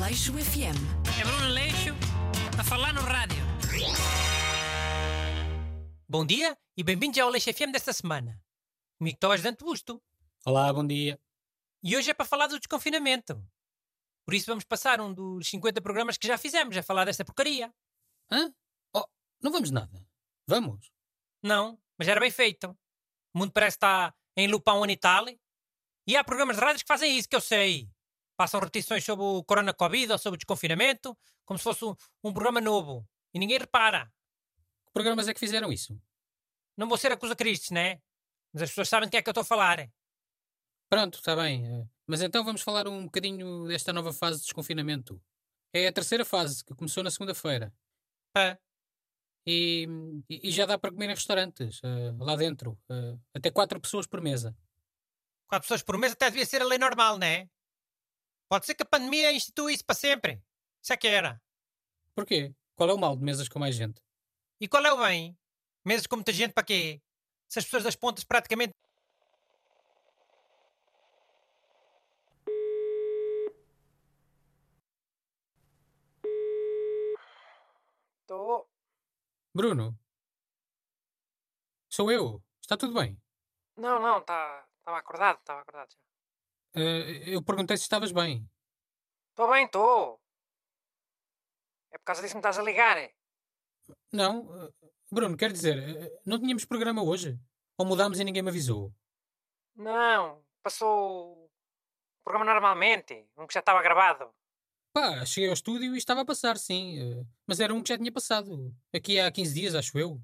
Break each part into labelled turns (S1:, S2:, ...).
S1: Leixo FM.
S2: É Bruno Leixo a falar no rádio. Bom dia e bem-vindos ao Leixo FM desta semana. Comigo está o ajudante Busto.
S3: Olá, bom dia.
S2: E hoje é para falar do desconfinamento. Por isso vamos passar um dos 50 programas que já fizemos a falar desta porcaria.
S3: Hã? Oh, não vamos nada. Vamos.
S2: Não, mas era bem feito. O mundo parece estar em lupa há um ano e tal. E há programas de rádios que fazem isso, que eu sei. Passam repetições sobre o corona covid ou sobre o desconfinamento, como se fosse um, um programa novo. E ninguém repara.
S3: Que programas é que fizeram isso?
S2: Não vou ser acusa Cristes, né? Mas as pessoas sabem de que é que eu estou a falar.
S3: Pronto, está bem. eh, Mas então vamos falar um bocadinho desta nova fase de desconfinamento. É a terceira fase, que começou na segunda-feira.
S2: Pá,
S3: E, e- e já dá para comer em restaurantes, eh, lá dentro. eh, até quatro pessoas por mesa.
S2: quatro pessoas por mês até devia ser a lei normal, né? Pode ser que a pandemia institua isso para sempre. Isso é que era.
S3: Porquê? Qual é o mal de mesas com mais gente?
S2: E qual é o bem? Meses com muita gente para quê? Se as pessoas das pontas praticamente.
S4: Estou.
S3: Bruno? Sou eu. Está tudo bem.
S4: Não, não, tá, estava acordado, estava acordado já.
S3: Eh, eu perguntei se estavas bem.
S4: Estou bem, estou. É por causa disso que me estás a ligar. é?
S3: Não, eh, Bruno, quer dizer, eh, não tínhamos programa hoje? Ou mudámos e ninguém me avisou?
S4: Não, passou o programa normalmente, um que já estava gravado.
S3: Pá, cheguei ao estúdio e estava a passar, sim. eh, Mas era um que já tinha passado. Aqui há 15 dias, acho eu.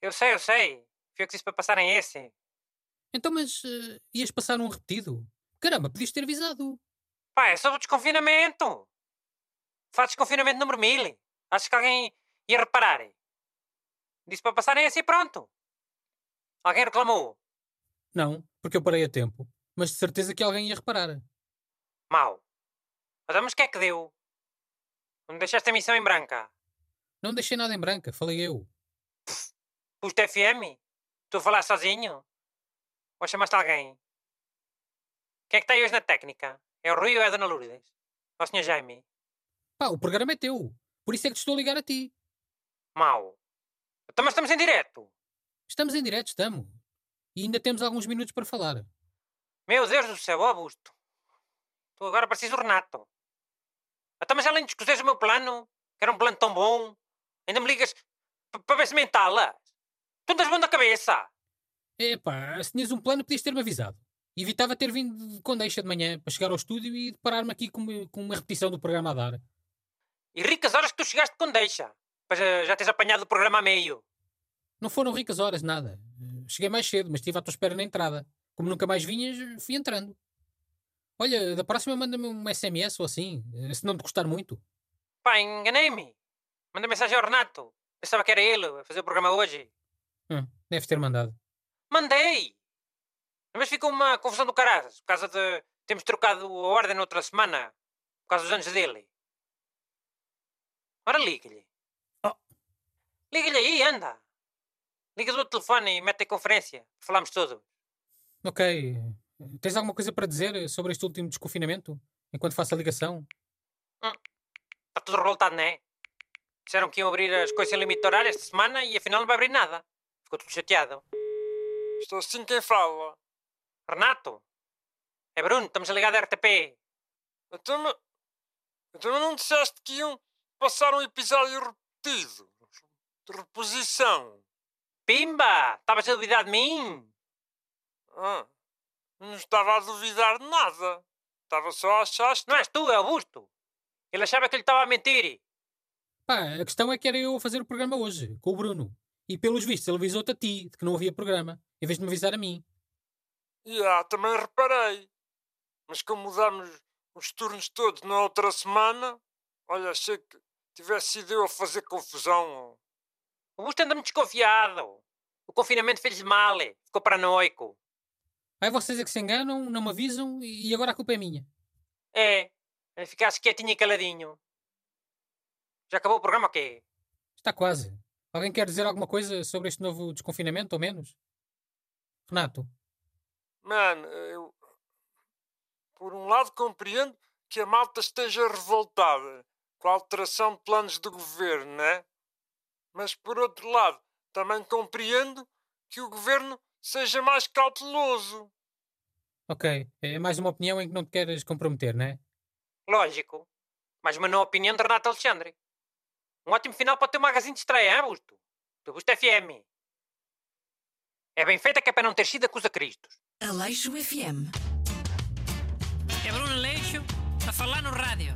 S4: Eu sei, eu sei. Fui eu que disse para passarem esse.
S3: Então, mas eh, ias passar um repetido? Caramba, podias ter avisado.
S4: Pá, é sobre o desconfinamento. Faz desconfinamento número 1000. Acho que alguém ia reparar. é? Disse para passarem esse e pronto. Alguém reclamou.
S3: Não, porque eu parei a tempo. Mas de certeza que alguém ia reparar.
S4: Mau. Mas vamos, o que é que deu? Não me deixaste a missão em branca.
S3: Não deixei nada em branca, falei eu.
S4: Pusto FM? Estou a falar sozinho? Ou chamaste alguém? Quem é que está aí hoje na técnica? É o Rui ou é a Dona Lourdes? Ou o Sr. Jaime?
S3: Pá, o programa é teu. Por isso é que te estou a ligar a ti.
S4: Mau. Então, mas estamos em direto.
S3: Estamos em direto, estamos. E ainda temos alguns minutos para falar.
S4: Meu Deus do céu, ó Augusto. Tu agora preciso do Renato. Então, mas além de escuseres o meu plano, que era um plano tão bom, ainda me ligas p- para ver se me entalas. Tu não estás bom da cabeça.
S3: Epá, se tinhas um plano, podias ter-me avisado. Evitava ter vindo de Condeixa de manhã para chegar ao estúdio e deparar-me aqui com, uma- com uma repetição do programa a dar.
S4: E ricas horas que tu chegaste com deixa. Pois eh, já tens apanhado o programa a meio.
S3: Não foram ricas horas, nada. Cheguei mais cedo, mas estive à tua espera na entrada. Como nunca mais vinhas, fui entrando. Olha, da próxima manda-me um SMS ou assim, se não te custar muito.
S4: Pá, enganei-me. Manda mensagem ao Renato. Pensava que era ele a fazer o programa hoje.
S3: Hum, deves ter mandado.
S4: Mandei! Mas ficou uma confusão do caralho, por causa de termos trocado a ordem outra semana, por causa dos anos dele. Ora, ligue-lhe.
S3: Oh.
S4: Liga-lhe aí, anda. Liga do outro telefone e mete a conferência. Falamos tudo.
S3: Ok. Tens alguma coisa para dizer sobre este último desconfinamento? Enquanto faço a ligação?
S4: Está tudo revoltado, não é? Disseram que iam abrir as coisas em limite de horário esta semana e afinal não vai abrir nada. Ficou tudo chateado. Estou assim quem fala. Renato? É Bruno, estamos a ligar da RTP.
S5: Então, ma- então mas não disseste que iam passar um episódio repetido? De reposição?
S4: Pimba! Estavas a duvidar de mim?
S5: Ah, não estava a duvidar de nada. Estava só a achar
S4: Não és tu, é Augusto. Ele achava que ele estava a mentir.
S3: Pá, a questão é que era eu a fazer o programa hoje, com o Bruno. E pelos vistos ele avisou-te a ti de que não havia programa, em vez de me avisar a mim.
S5: E ah, também reparei. Mas como mudamos os turnos todos na outra semana, olha, achei que tivesse sido eu a fazer confusão.
S4: O Augusto anda-me desconfiado. O confinamento fez-lhe mal. Ficou paranoico.
S3: Aí vocês é que se enganam, não me avisam e agora a culpa é minha.
S4: É. Ele ficasse quietinho e caladinho. Já acabou o programa ou quê?
S3: Está quase. Alguém quer dizer alguma coisa sobre este novo desconfinamento, ou menos? Renato,
S5: Mano, eu. Por um lado compreendo que a malta esteja revoltada com a alteração de planos do governo, né? Mas por outro lado, também compreendo que o governo seja mais cauteloso.
S3: Ok. É mais uma opinião em que não te queres comprometer, não é?
S4: Lógico. Mais uma não opinião de Renato Alexandre. Um ótimo final para o teu magazine de estreia, hein, Busto? Do Busto FM. É bem feita que é para não ter sido acusa Cristos.
S1: Aleixo FM.
S2: É Bruno Leixo a falar no rádio.